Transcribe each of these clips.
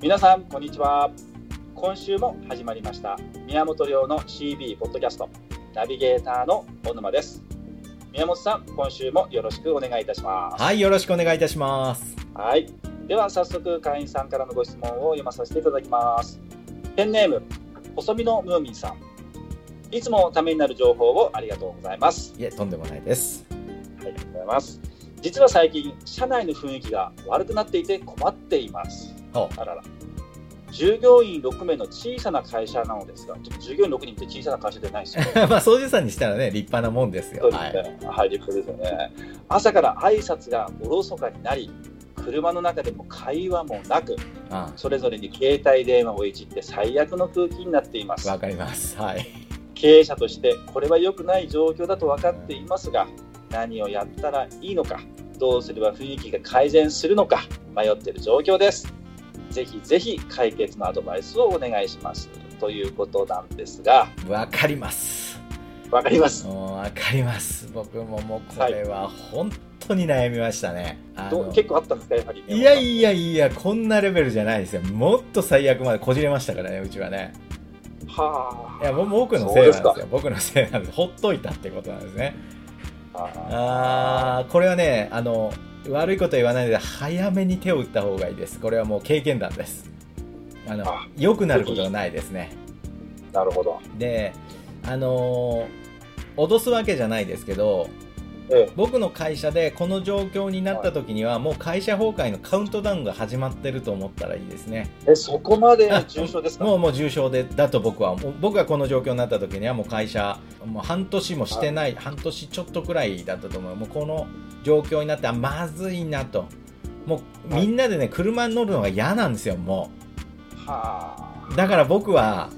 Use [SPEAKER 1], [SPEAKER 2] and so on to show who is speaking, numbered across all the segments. [SPEAKER 1] 皆さんこんにちは今週も始まりました宮本亮の CB ポッドキャストナビゲーターの小沼です宮本さん今週もよろしくお願いいたします
[SPEAKER 2] はい、よろしくお願いいたします。
[SPEAKER 1] はいでは早速会員さんからのご質問を読まさせていただきますペンネーム細身のムーミンさんいつもためになる情報をありがとうございます
[SPEAKER 2] いえ、とんでもないです。
[SPEAKER 1] ありがとうございます。実は最近、社内の雰囲気が悪くなっていて困っています。
[SPEAKER 2] ほ
[SPEAKER 1] あらら。従業員6名の小さな会社なのですが、ちょっと従業員6人って小さな会社じゃないですよね。
[SPEAKER 2] うまあ、総司さんにしたらね、立派なもんです
[SPEAKER 1] そ
[SPEAKER 2] よ。
[SPEAKER 1] うですね。 はい、立派ですよね。朝から挨拶がおろそかになり、車の中でも会話もなく、
[SPEAKER 2] あ
[SPEAKER 1] それぞれに携帯電話をいじって最悪の空気になっていま
[SPEAKER 2] あ
[SPEAKER 1] す
[SPEAKER 2] わ。かります。はい。
[SPEAKER 1] 経営者としてこれは良くない状況だと分かっていますが何をやったらいいのかどうすれば雰囲気が改善するのか迷っている状況ですぜひぜひ解決のアドバイスをお願いしますということなんですが
[SPEAKER 2] わかります。
[SPEAKER 1] 分かります
[SPEAKER 2] もうわかります。僕ももうこれは本当に悩みましたね。あ
[SPEAKER 1] どう
[SPEAKER 2] の
[SPEAKER 1] 結構あったんですかやはり
[SPEAKER 2] いやいやいや、こんなレベルじゃないですよ。もっと最悪までこじれましたからね、うちはね。
[SPEAKER 1] はい
[SPEAKER 2] や、もう僕のせいなんです
[SPEAKER 1] そうで
[SPEAKER 2] よ。僕のせいなんです。ほっといたってことなんですね。
[SPEAKER 1] あ
[SPEAKER 2] あーこれはねあの悪いことは言わないので早めに手を打った方がいいですこれはもう経験談ですあの
[SPEAKER 1] あ
[SPEAKER 2] 良くなることはないですね
[SPEAKER 1] なるほど
[SPEAKER 2] であのー脅すわけじゃないですけど
[SPEAKER 1] ええ
[SPEAKER 2] 僕の会社でこの状況になった時にはもう会社崩壊のカウントダウンが始まってると思ったらいいですね
[SPEAKER 1] えそこまで重症ですか
[SPEAKER 2] もうもう重症でだと僕はもう僕がこの状況になった時にはもう会社もう半年もしてない半年ちょっとくらいだったと思うもうこの状況になってあまずいなともう
[SPEAKER 1] はい
[SPEAKER 2] みんなでね車に乗るのが嫌なんですよも
[SPEAKER 1] は
[SPEAKER 2] うだから僕は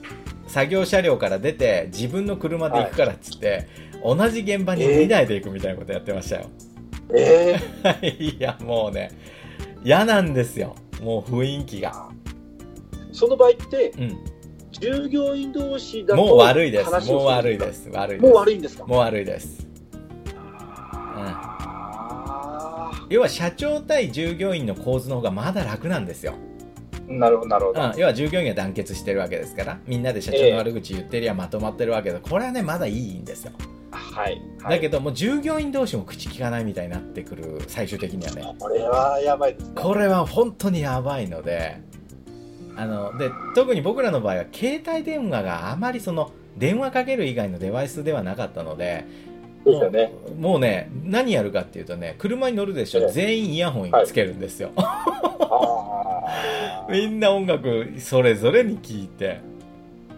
[SPEAKER 2] 作業車両から出て自分の車で行くからっつって、同じ現場に2台で行くみたいなことやってましたよ、
[SPEAKER 1] あええ
[SPEAKER 2] いやもうね嫌なんですよもう雰囲気が
[SPEAKER 1] その場合って
[SPEAKER 2] うん
[SPEAKER 1] 従業員同士だと
[SPEAKER 2] もう悪いです
[SPEAKER 1] 話をする
[SPEAKER 2] もう悪いです悪いで
[SPEAKER 1] もう
[SPEAKER 2] す
[SPEAKER 1] 悪いんですか
[SPEAKER 2] もう悪いです、うん、
[SPEAKER 1] あ
[SPEAKER 2] 要は社長対従業員の構図の方がまだ楽なんですよ、
[SPEAKER 1] ーなるほどなるほ
[SPEAKER 2] う
[SPEAKER 1] ど、
[SPEAKER 2] ん、要は従業員が団結してるわけですからみんなで社長の悪口言ってりゃまとまってるわけでこれはねまだいいんですよ
[SPEAKER 1] はい、はい、
[SPEAKER 2] だけどもう従業員同士も口聞かないみたいになってくる最終的にはね
[SPEAKER 1] これはやばいですね
[SPEAKER 2] これは本当にやばいのであので特に僕らの場合は携帯電話があまりその電話かける以外のデバイスではなかったので
[SPEAKER 1] ですよね
[SPEAKER 2] もうもうね何やるかっていうとね車に乗るでし
[SPEAKER 1] え
[SPEAKER 2] ょ
[SPEAKER 1] え
[SPEAKER 2] 全員イヤホンつけるんですよ、
[SPEAKER 1] あ
[SPEAKER 2] みんな音楽それぞれに聞いて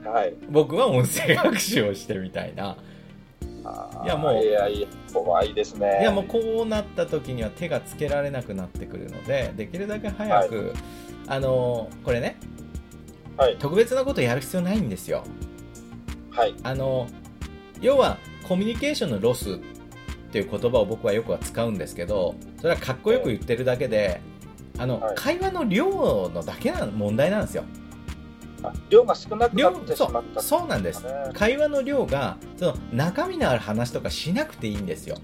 [SPEAKER 1] ーはい
[SPEAKER 2] 僕は音声学習をしてみたいな
[SPEAKER 1] あー
[SPEAKER 2] いやもう
[SPEAKER 1] いやいや怖いですね
[SPEAKER 2] いやもうこうなった時には手がつけられなくなってくるのでできるだけ早く、あのこれね、
[SPEAKER 1] はい
[SPEAKER 2] 特別なことやる必要ないんですよ
[SPEAKER 1] はい
[SPEAKER 2] あの要はコミュニケーションのロスっていう言葉を僕はよくは使うんですけどそれはかっこよく言ってるだけであの、
[SPEAKER 1] はい
[SPEAKER 2] 会話の量のだけな問題なんですよ
[SPEAKER 1] あ量が少なくな
[SPEAKER 2] 量
[SPEAKER 1] ってし
[SPEAKER 2] そ
[SPEAKER 1] まっ
[SPEAKER 2] う
[SPEAKER 1] た
[SPEAKER 2] そうなんです
[SPEAKER 1] ね
[SPEAKER 2] 会話の量がその中身のある話とかしなくていいんですよ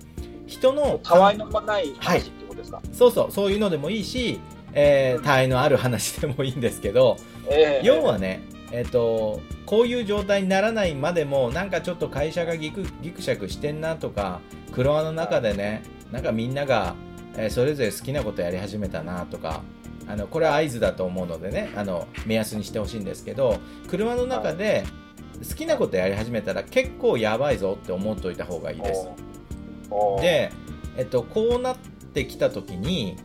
[SPEAKER 2] 人の
[SPEAKER 1] たわいのない
[SPEAKER 2] はい
[SPEAKER 1] 話ってことですか、
[SPEAKER 2] そうそうそういうのでもいいし、えー、他愛のある話でもいいんですけど
[SPEAKER 1] ええ
[SPEAKER 2] 要はね、えっとこういう状態にならないまでもなんかちょっと会社がぎくぎくしゃくしてんなとか車の中でねなんかみんなが、えーそれぞれ好きなことやり始めたなとかあのこれは合図だと思うのでねあの目安にしてほしいんですけど車の中で好きなことやり始めたら結構やばいぞって思っといた方がいいです。
[SPEAKER 1] おー
[SPEAKER 2] で、えっと、こうなってきた時に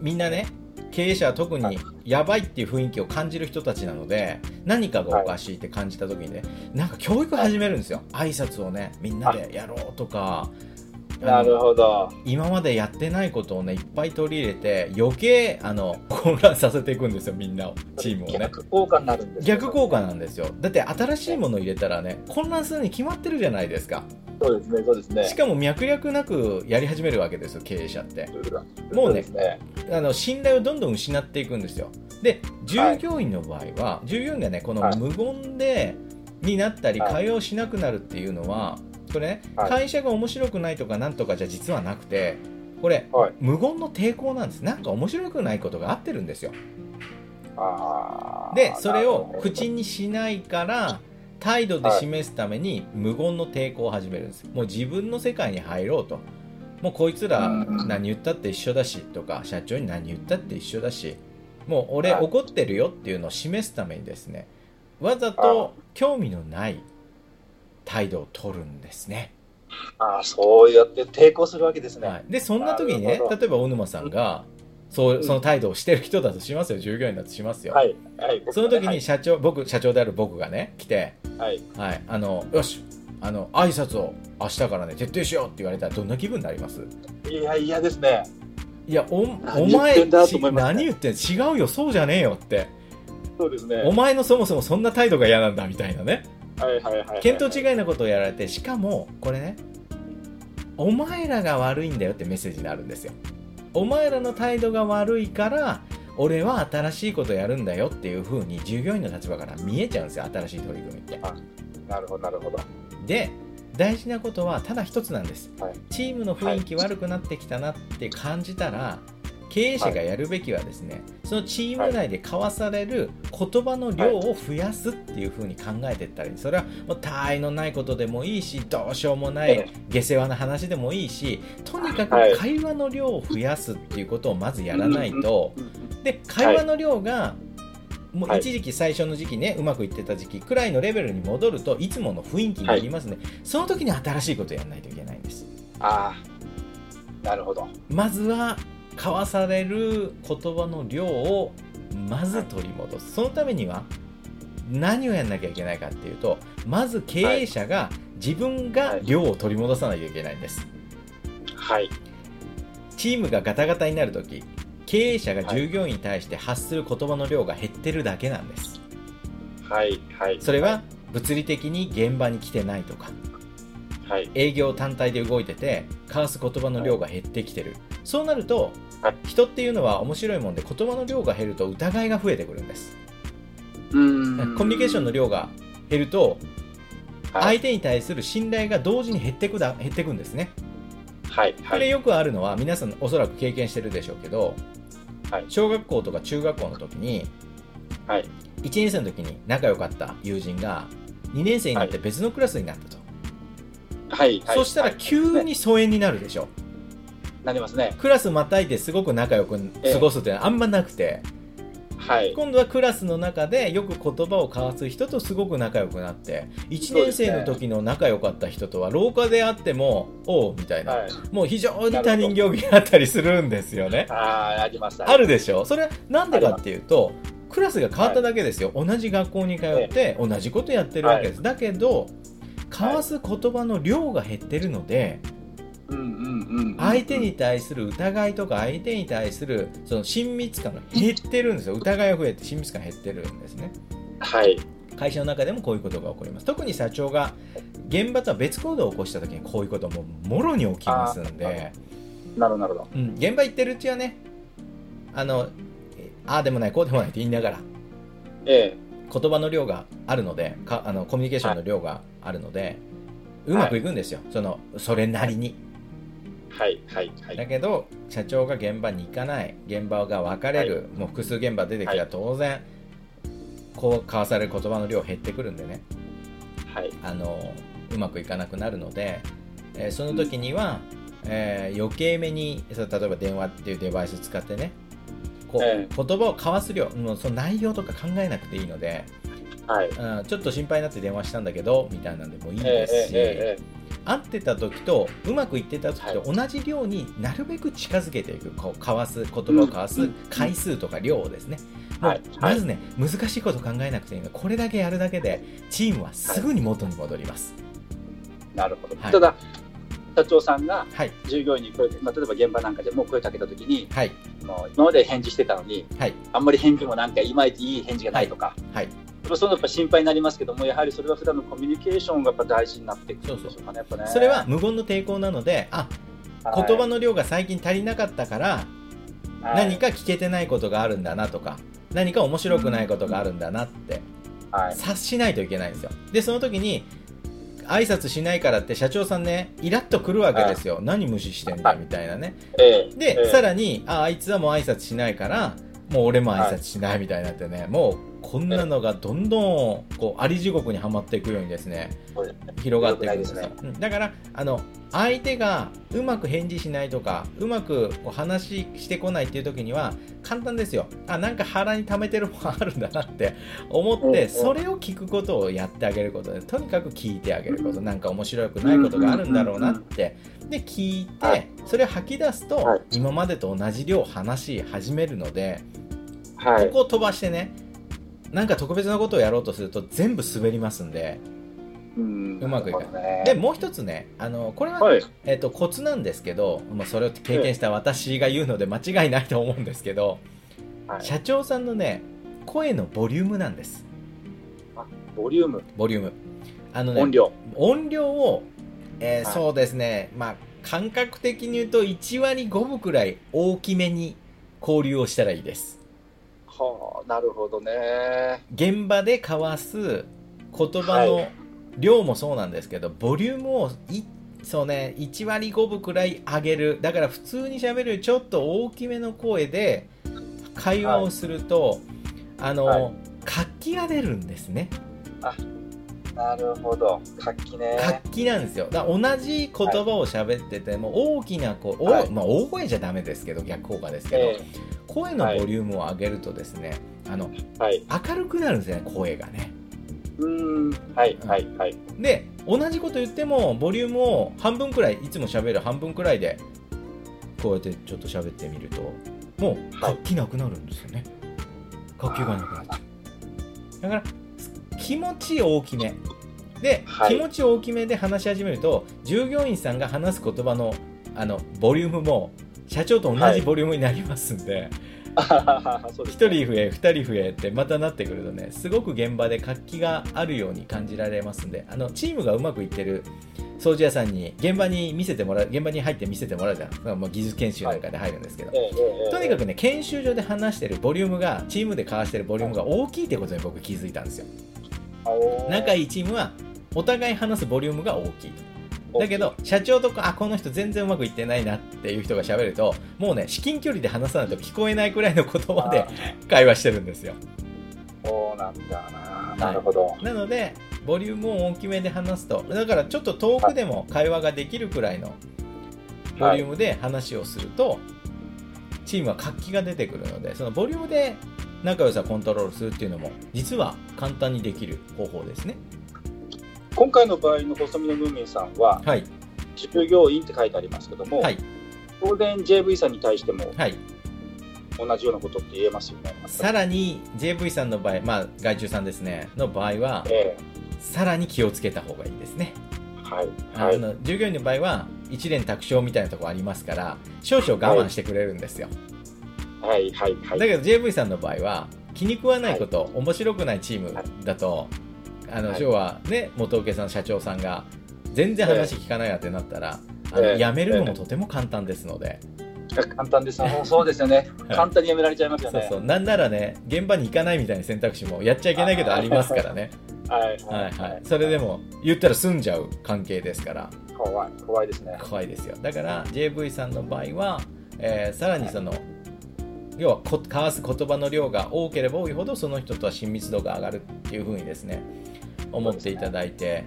[SPEAKER 2] みんなね経営者は特
[SPEAKER 1] は
[SPEAKER 2] に
[SPEAKER 1] い
[SPEAKER 2] やばいっていう雰囲気を感じる人たちなので何かがおかしいって感じた時にねなんか教育始めるんですよ挨拶をねみんなでやろうとか
[SPEAKER 1] おーな
[SPEAKER 2] あの
[SPEAKER 1] るほど
[SPEAKER 2] 今までやってないことをねいっぱい取り入れて余計あの混乱させていくんですよみんなをチームをね
[SPEAKER 1] 逆効果になるんですね
[SPEAKER 2] 逆効果なんですよだって新しいもの入れたらね混乱するに決まってるじゃないですか
[SPEAKER 1] そうですねそうですね
[SPEAKER 2] しかも脈略なくやり始めるわけですよ経営者っても
[SPEAKER 1] そうう
[SPEAKER 2] ね
[SPEAKER 1] ですね
[SPEAKER 2] あの信頼をどんどん失っていくんですよで従業員の場合は、従業員がねこの
[SPEAKER 1] はい
[SPEAKER 2] 無言でになったり
[SPEAKER 1] はい
[SPEAKER 2] 会話をしなくなるっていうのはこれね、
[SPEAKER 1] はい
[SPEAKER 2] 会社が面白くないとかなんとかじゃ実はなくてこれ、
[SPEAKER 1] はい
[SPEAKER 2] 無言の抵抗なんですなんか面白くないことがあってるんですよ
[SPEAKER 1] あー
[SPEAKER 2] でそれを口にしないから態度で示すために無言の抵抗を始めるんですもう自分の世界に入ろうともうこいつら
[SPEAKER 1] うん
[SPEAKER 2] 何言ったって一緒だしとか社長に何言ったって一緒だしもう俺
[SPEAKER 1] はい
[SPEAKER 2] 怒ってるよっていうのを示すためにですねわざと興味のない態度を取るんですね、
[SPEAKER 1] あーそうやって抵抗するわけですね、
[SPEAKER 2] はい、でそんな時に
[SPEAKER 1] な
[SPEAKER 2] ね
[SPEAKER 1] るほど
[SPEAKER 2] 例えば小沼さんがそううんその態度をしてる人だとしますよ従業員だとしますよ、
[SPEAKER 1] はいはい僕
[SPEAKER 2] そ
[SPEAKER 1] は
[SPEAKER 2] の
[SPEAKER 1] ね
[SPEAKER 2] 時に社長僕社長である僕がね来て
[SPEAKER 1] はい
[SPEAKER 2] はい、あのよしあの挨拶を明日からね徹底しようって言われたらどんな気分になります
[SPEAKER 1] いや嫌ですね
[SPEAKER 2] いやおお
[SPEAKER 1] 何言っ
[SPEAKER 2] 前
[SPEAKER 1] てんだ
[SPEAKER 2] ち
[SPEAKER 1] と思いますね
[SPEAKER 2] 何言ってん違うよそうじゃねえよって
[SPEAKER 1] そうですね
[SPEAKER 2] お前のそもそもそんな態度が嫌なんだみたいなね
[SPEAKER 1] はいはいはい
[SPEAKER 2] 見当違いなことをやられてしかもこれねお前らが悪いんだよってメッセージになるんですよお前らの態度が悪いから俺は新しいことやるんだよっていう風に従業員の立場から見えちゃうんですよ新しい取り組みって
[SPEAKER 1] なるほどなるほど
[SPEAKER 2] で大事なことはただ一つなんです、
[SPEAKER 1] はい
[SPEAKER 2] チームの雰囲気悪くなってきたなって感じたら、経営者がやるべきはですね、そのチーム内で交わされる言葉の量を増やすっていう風に考えていったりそれはもう他愛のないことでもいいしどうしようもない
[SPEAKER 1] え
[SPEAKER 2] 下世話な話でもいいしとにかく
[SPEAKER 1] はい
[SPEAKER 2] 会話の量を増やすっていうことをまずやらないと、
[SPEAKER 1] うんうん
[SPEAKER 2] で会話の量がもう
[SPEAKER 1] はい
[SPEAKER 2] 一時期最初の時期ねうまくいってた時期くらいのレベルに戻るといつもの雰囲気になりますね、その時に新しいことやらないといけないんです
[SPEAKER 1] ああなるほど
[SPEAKER 2] まずは交わされる言葉の量をまず取り戻すそのためには何をやんなきゃいけないかっていうとまず経営者が自分が量を取り戻さなきゃいけないんです
[SPEAKER 1] はい
[SPEAKER 2] チームがガタガタになる時経営者が従業員に対して発する言葉の量が減ってるだけなんです
[SPEAKER 1] はいはい
[SPEAKER 2] それは物理的に現場に来てないとか
[SPEAKER 1] はい
[SPEAKER 2] 営業単体で動いてて交わす言葉の量が減ってきてる、そうなると、
[SPEAKER 1] はい
[SPEAKER 2] 人っていうのは面白いもんで言葉の量が減ると疑いが増えてくるんです
[SPEAKER 1] うん
[SPEAKER 2] コミュニケーションの量が減ると
[SPEAKER 1] はい
[SPEAKER 2] 相手に対する信頼が同時に減ってくだ減ってくんですね
[SPEAKER 1] はい
[SPEAKER 2] こ
[SPEAKER 1] は
[SPEAKER 2] れ
[SPEAKER 1] い
[SPEAKER 2] よくあるのは皆さんおそらく経験してるでしょうけど、
[SPEAKER 1] はい
[SPEAKER 2] 小学校とか中学校の時に
[SPEAKER 1] はい
[SPEAKER 2] 1年生の時に仲良かった友人が2年生になって別のクラスになったと、
[SPEAKER 1] はいはい
[SPEAKER 2] そしたら急に疎遠になるでしょ、
[SPEAKER 1] なりますね
[SPEAKER 2] クラスまたいですごく仲良く過ごすっていうのはあんまなくて、
[SPEAKER 1] はい
[SPEAKER 2] 今度はクラスの中でよく言葉を交わす人とすごく仲良くなって1年生の時の仲良かった人とは廊下で会っても「おう」みたいな、
[SPEAKER 1] はい
[SPEAKER 2] もう非常に他人行儀だったりするんですよね
[SPEAKER 1] あああります
[SPEAKER 2] あるでしょそれはなんでかっていうとクラスが変わっただけですよ、同じ学校に通って同じことやってるわけです、だけど交わす言葉の量が減ってるので、
[SPEAKER 1] うんうんうん
[SPEAKER 2] 相手に対する疑いとか相手に対するその親密感が減ってるんですよ疑いが増えて親密感減ってるんですね
[SPEAKER 1] はい
[SPEAKER 2] 会社の中でもこういうことが起こります特に社長が現場とは別行動を起こした時にこういうことももろに起きますんで、
[SPEAKER 1] なるほどなるほど
[SPEAKER 2] うん、現場行ってるうちはねあのえああでもないこうでもないって言いながら
[SPEAKER 1] え
[SPEAKER 2] 言葉の量があるのでかあのコミュニケーションの量があるので、うまくいくんですよそのそれなりに
[SPEAKER 1] えはいはいは
[SPEAKER 2] だ
[SPEAKER 1] い
[SPEAKER 2] けど社長が現場に行かない現場が分かれる、もう複数現場出てきた
[SPEAKER 1] は
[SPEAKER 2] ら
[SPEAKER 1] い
[SPEAKER 2] 当然、こう交わされる言葉の量減ってくるんでね
[SPEAKER 1] はい
[SPEAKER 2] あのうまくいかなくなるので、えーその時には、えー余計めにそう例えば電話っていうデバイス使ってねこう、
[SPEAKER 1] え
[SPEAKER 2] 言葉を交わす量もうその内容とか考えなくていいので、
[SPEAKER 1] はい
[SPEAKER 2] うん、ちょっと心配になって電話したんだけどみたいなんでもいい
[SPEAKER 1] ええ
[SPEAKER 2] ですし、
[SPEAKER 1] えええ
[SPEAKER 2] 合ってた時とうまくいってた時と同じ量になるべく近づけていくこう交わす言葉を交わ
[SPEAKER 1] う
[SPEAKER 2] す
[SPEAKER 1] ん
[SPEAKER 2] 回数とか量をですねも
[SPEAKER 1] は
[SPEAKER 2] う
[SPEAKER 1] い
[SPEAKER 2] まずね難しいこと考えなくていいのこれだけやるだけでチームはすぐに元に戻ります
[SPEAKER 1] えなるほど
[SPEAKER 2] はい
[SPEAKER 1] ただ社長さんが
[SPEAKER 2] はい
[SPEAKER 1] 従業員に声、まあ、例えば現場なんかでも声かけたときに
[SPEAKER 2] はい
[SPEAKER 1] もう今まで返事してたのに
[SPEAKER 2] はい
[SPEAKER 1] あんまり返事もなんかいまいちいい返事がないとか、
[SPEAKER 2] はい
[SPEAKER 1] やっぱそういうのやっぱ心配になりますけどもやはりそれは普段のコミュニケーションがやっぱ大事になってくるんでしょうかねやっぱね
[SPEAKER 2] それは無言の抵抗なのであ
[SPEAKER 1] はい
[SPEAKER 2] 言葉の量が最近足りなかったから
[SPEAKER 1] はい
[SPEAKER 2] 何か聞けてないことがあるんだなとか何か面白くないことがあるんだなって
[SPEAKER 1] はい
[SPEAKER 2] 察しないといけないんですよでその時に挨拶しないからって社長さんねイラッとくるわけですよ何無視してんだみたいなね
[SPEAKER 1] ええ
[SPEAKER 2] で、
[SPEAKER 1] ええ
[SPEAKER 2] さらにああいつはもう挨拶しないからもう俺も挨拶しないみたいになってね、もうこんなのがどんどんこうあり地獄にはまっていくようにですね
[SPEAKER 1] これ
[SPEAKER 2] 広がっていくんですよ
[SPEAKER 1] よ
[SPEAKER 2] うんだからあの相手がうまく返事しないとかうまくこう話してこないっていう時には簡単ですよあなんか腹に溜めてるもんあるんだなって思っ
[SPEAKER 1] うんう
[SPEAKER 2] て
[SPEAKER 1] ん
[SPEAKER 2] それを聞くことをやってあげることでとにかく聞いてあげることなんか面白くないことがあるんだろうなってで聞い
[SPEAKER 1] は
[SPEAKER 2] て
[SPEAKER 1] い
[SPEAKER 2] それを吐き出すと
[SPEAKER 1] はい
[SPEAKER 2] 今までと同じ量話し始めるので
[SPEAKER 1] は
[SPEAKER 2] こ
[SPEAKER 1] い
[SPEAKER 2] こを飛ばしてねなんか特別なことをやろうとすると全部滑りますんで
[SPEAKER 1] うん
[SPEAKER 2] うまくいかない
[SPEAKER 1] ない
[SPEAKER 2] でもう一つねあのこれは
[SPEAKER 1] はい
[SPEAKER 2] えっと、コツなんですけど、まあ、それを経験した私が言うので間違いないと思うんですけど、
[SPEAKER 1] はい
[SPEAKER 2] 社長さんのね声のボリュームなんです
[SPEAKER 1] ボリューム
[SPEAKER 2] ボリュームあのね
[SPEAKER 1] 音量
[SPEAKER 2] 音量を、えー
[SPEAKER 1] はい
[SPEAKER 2] そうですねまあ感覚的に言うと1割5分くらい大きめに交流をしたらいいです
[SPEAKER 1] はあなるほどね
[SPEAKER 2] 現場で交わす言葉の量もそうなんですけど、ボリュームをいそうね1割5分くらい上げるだから普通にしゃべるよりちょっと大きめの声で会話をすると、あの、
[SPEAKER 1] はい
[SPEAKER 2] 活気が出るんですね
[SPEAKER 1] なるほど活気ね
[SPEAKER 2] 活気なんですよだから同じ言葉を喋ってても大きな声、お
[SPEAKER 1] はい
[SPEAKER 2] まあ、大声じゃダメですけど逆効果ですけど、
[SPEAKER 1] え
[SPEAKER 2] 声のボリュームを上げるとですね、あの
[SPEAKER 1] えはい
[SPEAKER 2] 明るくなるんですね声がね
[SPEAKER 1] うーんはいはいはい
[SPEAKER 2] で同じこと言ってもボリュームを半分くらいいつも喋る半分くらいでこうやってちょっと喋ってみるともう
[SPEAKER 1] はい
[SPEAKER 2] 活気なくなるんですよね活気がなくなっちゃうだから気持ち大きめで、
[SPEAKER 1] はい
[SPEAKER 2] 気持ち大きめで話し始めると従業員さんが話す言葉のあのボリュームも社長と同
[SPEAKER 1] は
[SPEAKER 2] じ
[SPEAKER 1] い
[SPEAKER 2] ボリュームになりますんで、
[SPEAKER 1] あはは はそうです
[SPEAKER 2] 1人増え2人増えってまたなってくるとねすごく現場で活気があるように感じられますんであのチームがうまくいってる掃除屋さんに現場に見せてもらう現場に入って見せてもらうじゃん、まあ、技術研修なんかで入るんですけど、
[SPEAKER 1] ええええええ
[SPEAKER 2] とにかくね研修所で話してるボリュームがチームで交わしてるボリュームが大きいってことに僕気づいたんですよ
[SPEAKER 1] おー
[SPEAKER 2] 仲いいチームはお互い話すボリュームが大きいだけど社長とかあこの人全然うまくいってないなっていう人が喋るともうね至近距離で話さないと聞こえないくらいの言葉で会話してるんですよ
[SPEAKER 1] そうなんだななるほど
[SPEAKER 2] なのでボリュームを大きめで話すとだからちょっと遠くでも会話ができるくらいのボリュームで話をすると、チームは活気が出てくるのでそのボリュームで仲良さコントロールするっていうのも実は簡単にできる方法ですね
[SPEAKER 1] 今回の場合の細身のムーミンさんは
[SPEAKER 2] はい
[SPEAKER 1] 従業員って書いてありますけども、
[SPEAKER 2] はい
[SPEAKER 1] 当然 JV さんに対しても
[SPEAKER 2] はい
[SPEAKER 1] 同じようなことって言えますよね。
[SPEAKER 2] さらに JV さんの場合まあ外注さんですねの場合は
[SPEAKER 1] え
[SPEAKER 2] さらに気をつけた方がいいですね
[SPEAKER 1] えはいは
[SPEAKER 2] あ
[SPEAKER 1] い
[SPEAKER 2] の従業員の場合は一連卓勝みたいなところありますから少々我慢してくれるんですよ、
[SPEAKER 1] はいはいはい
[SPEAKER 2] だけど JV さんの場合は気に食わないこと、面白くないチームだと、あの
[SPEAKER 1] はい
[SPEAKER 2] 要はね元請けさん社長さんが全然話聞かないなってなったら、あ
[SPEAKER 1] え
[SPEAKER 2] の
[SPEAKER 1] え
[SPEAKER 2] 辞めるのもとても簡単ですので、
[SPEAKER 1] 簡単ですそうそうですよね、
[SPEAKER 2] はい
[SPEAKER 1] 簡単にやめられちゃいますよ
[SPEAKER 2] そう
[SPEAKER 1] ね
[SPEAKER 2] そうなんならね現場に行かないみたいな選択肢もやっちゃいけないけどありますからね
[SPEAKER 1] はい
[SPEAKER 2] はい、はい、それでも言ったら済んじゃう関係ですから
[SPEAKER 1] 怖い怖いですね
[SPEAKER 2] 怖いですよだから JV さんの場合は、えーさらにその、要はこ交わす言葉の量が多ければ多いほどその人とは親密度が上がるっていうふうにですね思っていただいて、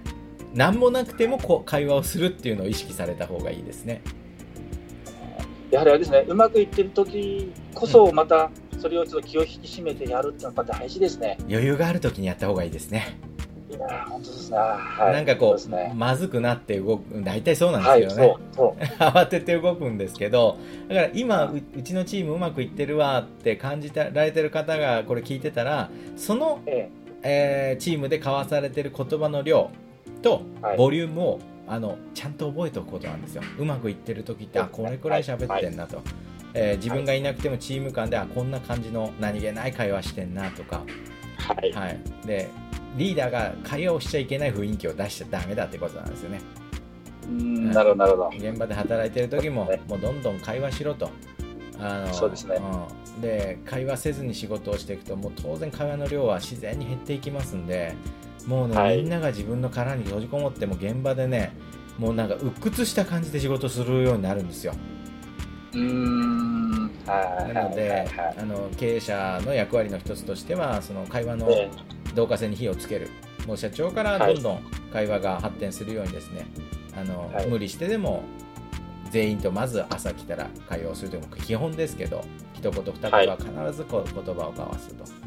[SPEAKER 2] 何もなくてもこう会話をするっていうのを意識された方がいいですね
[SPEAKER 1] やはりあれですねうまくいってる時こそまたそれをちょっと気を引き締めてやるっていうのはやっぱ大事ですね
[SPEAKER 2] 余裕がある時にやった方がいいですね、
[SPEAKER 1] いやー本当ですね、はい、
[SPEAKER 2] なんかこ
[SPEAKER 1] そう
[SPEAKER 2] う
[SPEAKER 1] ですね
[SPEAKER 2] まずくなって動く大体そうな
[SPEAKER 1] は
[SPEAKER 2] ん
[SPEAKER 1] い
[SPEAKER 2] ですけどね、
[SPEAKER 1] そうそ
[SPEAKER 2] 慌てて動くんですけどだから今ううちのチームうまくいってるわって感じたられてる方がこれ聞いてたらその
[SPEAKER 1] うえ
[SPEAKER 2] えーチームで交わされてる言葉の量と
[SPEAKER 1] はい
[SPEAKER 2] ボリュームを、あのちゃんと覚えておくことなんですようまくいってる時ってあこれくらい喋ってんなと、えー自分がいなくてもチーム間であこんな感じの何気ない会話してんなとか、
[SPEAKER 1] えはい
[SPEAKER 2] はい、でリーダーが会話をしちゃいけない雰囲気を出しちゃダメだってことなんですよね
[SPEAKER 1] うーんなるほどなるほど
[SPEAKER 2] 現場で働いてる時も
[SPEAKER 1] はい
[SPEAKER 2] もうどんどん会話しろとあの
[SPEAKER 1] そうですね
[SPEAKER 2] うんで会話せずに仕事をしていくともう当然会話の量は自然に減っていきますんでもうね、
[SPEAKER 1] はい
[SPEAKER 2] みんなが自分の殻に閉じこもっても現場でねもうなんか鬱屈した感じで仕事するようになるんですよ
[SPEAKER 1] うーんはい
[SPEAKER 2] なので、
[SPEAKER 1] はいはいはい
[SPEAKER 2] あの経営者の役割の一つとしてはその会話の
[SPEAKER 1] え
[SPEAKER 2] 同化性に火をつけるもう社長からどんどん会話が発展するようにですね、あの
[SPEAKER 1] はい
[SPEAKER 2] 無理してでも全員とまず朝来たら会話をするというのも基本ですけど一言二言は必ずこう言葉を交わすと。
[SPEAKER 1] え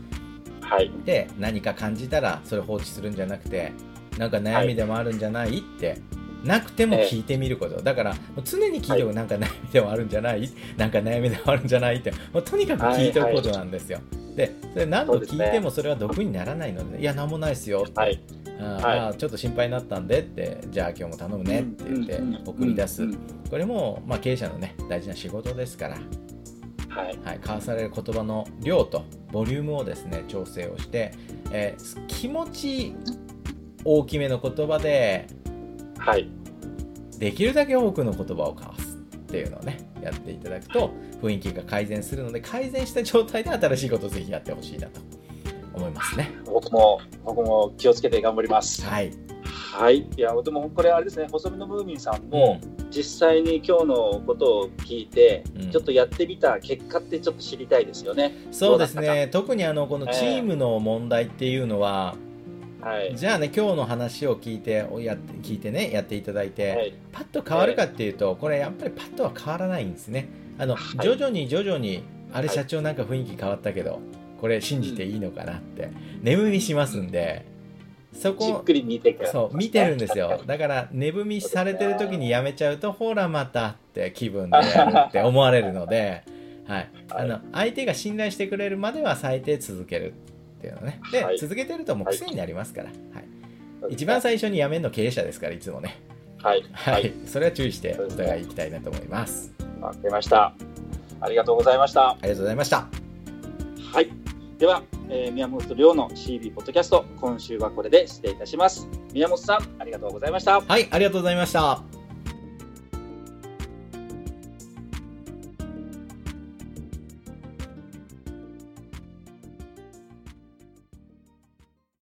[SPEAKER 1] はい
[SPEAKER 2] で何か感じたらそれ放置するんじゃなくてなんか悩みでもあるんじゃない、ってなくても聞いてみること、だからもう常に聞いてもなんか悩みでもあるんじゃない、なんか悩みでもあるんじゃないってもうとにかく聞いておくことなんですよ、でそれ何度聞いてもそれは毒にならないのでいや何もないですよって、
[SPEAKER 1] はい
[SPEAKER 2] あ
[SPEAKER 1] はい
[SPEAKER 2] あちょっと心配になったんでってじゃあ今日も頼むねって言って
[SPEAKER 1] うんうんうん
[SPEAKER 2] 送り出す、
[SPEAKER 1] うん
[SPEAKER 2] これも、まあ、経営者のね大事な仕事ですから
[SPEAKER 1] はい
[SPEAKER 2] はい、交わされる言葉の量とボリュームをですね調整をして、えー気持ち大きめの言葉で
[SPEAKER 1] はい
[SPEAKER 2] できるだけ多くの言葉を交わすっていうのをねやっていただくと雰囲気が改善するので改善した状態で新しいことをぜひやってほしいなと思いますね
[SPEAKER 1] 僕も僕も気をつけて頑張ります
[SPEAKER 2] はい
[SPEAKER 1] はいいやでもこれあれですね細身のムーミンさんも
[SPEAKER 2] も
[SPEAKER 1] 実際に今日のことを聞いて、
[SPEAKER 2] うん
[SPEAKER 1] ちょっとやってみた結果ってちょっと知りたいですよね
[SPEAKER 2] うそうです
[SPEAKER 1] どうだ
[SPEAKER 2] ね特にあのこのチームの問題っていうのは、
[SPEAKER 1] はい
[SPEAKER 2] じゃあね今日の話を聞いておやって聞いてねやっていただいて、
[SPEAKER 1] はい
[SPEAKER 2] パッと変わるかっていうと、これやっぱりパッとは変わらないんですねあの、
[SPEAKER 1] はい
[SPEAKER 2] 徐々に徐々にあれ
[SPEAKER 1] はい
[SPEAKER 2] 社長なんか雰囲気変わったけどこれ信じていいのかなって、眠みしますんでそ
[SPEAKER 1] じっ
[SPEAKER 2] こ
[SPEAKER 1] くり見てください
[SPEAKER 2] そう見てるんですよだから眠みされてる時にやめちゃうとほらまたって気分 でやるって思われるので、はい、あの相手が信頼してくれるまでは最低続けるっていうのねで、
[SPEAKER 1] はい
[SPEAKER 2] 続けてるともう癖になりますから、はい、
[SPEAKER 1] そうです
[SPEAKER 2] 一
[SPEAKER 1] ね
[SPEAKER 2] 番最初にやめるの経営者ですからいつもね
[SPEAKER 1] はい
[SPEAKER 2] は
[SPEAKER 1] はいい、
[SPEAKER 2] それは注意してお互い行きたいなと思います。
[SPEAKER 1] わかりましたありがとうございました
[SPEAKER 2] ありがとうございました。
[SPEAKER 1] はいでは、えー宮本亮の CB ポッドキャスト今週はこれで失礼いたします宮本さんありがとうございました
[SPEAKER 2] はい、ありがとうございました。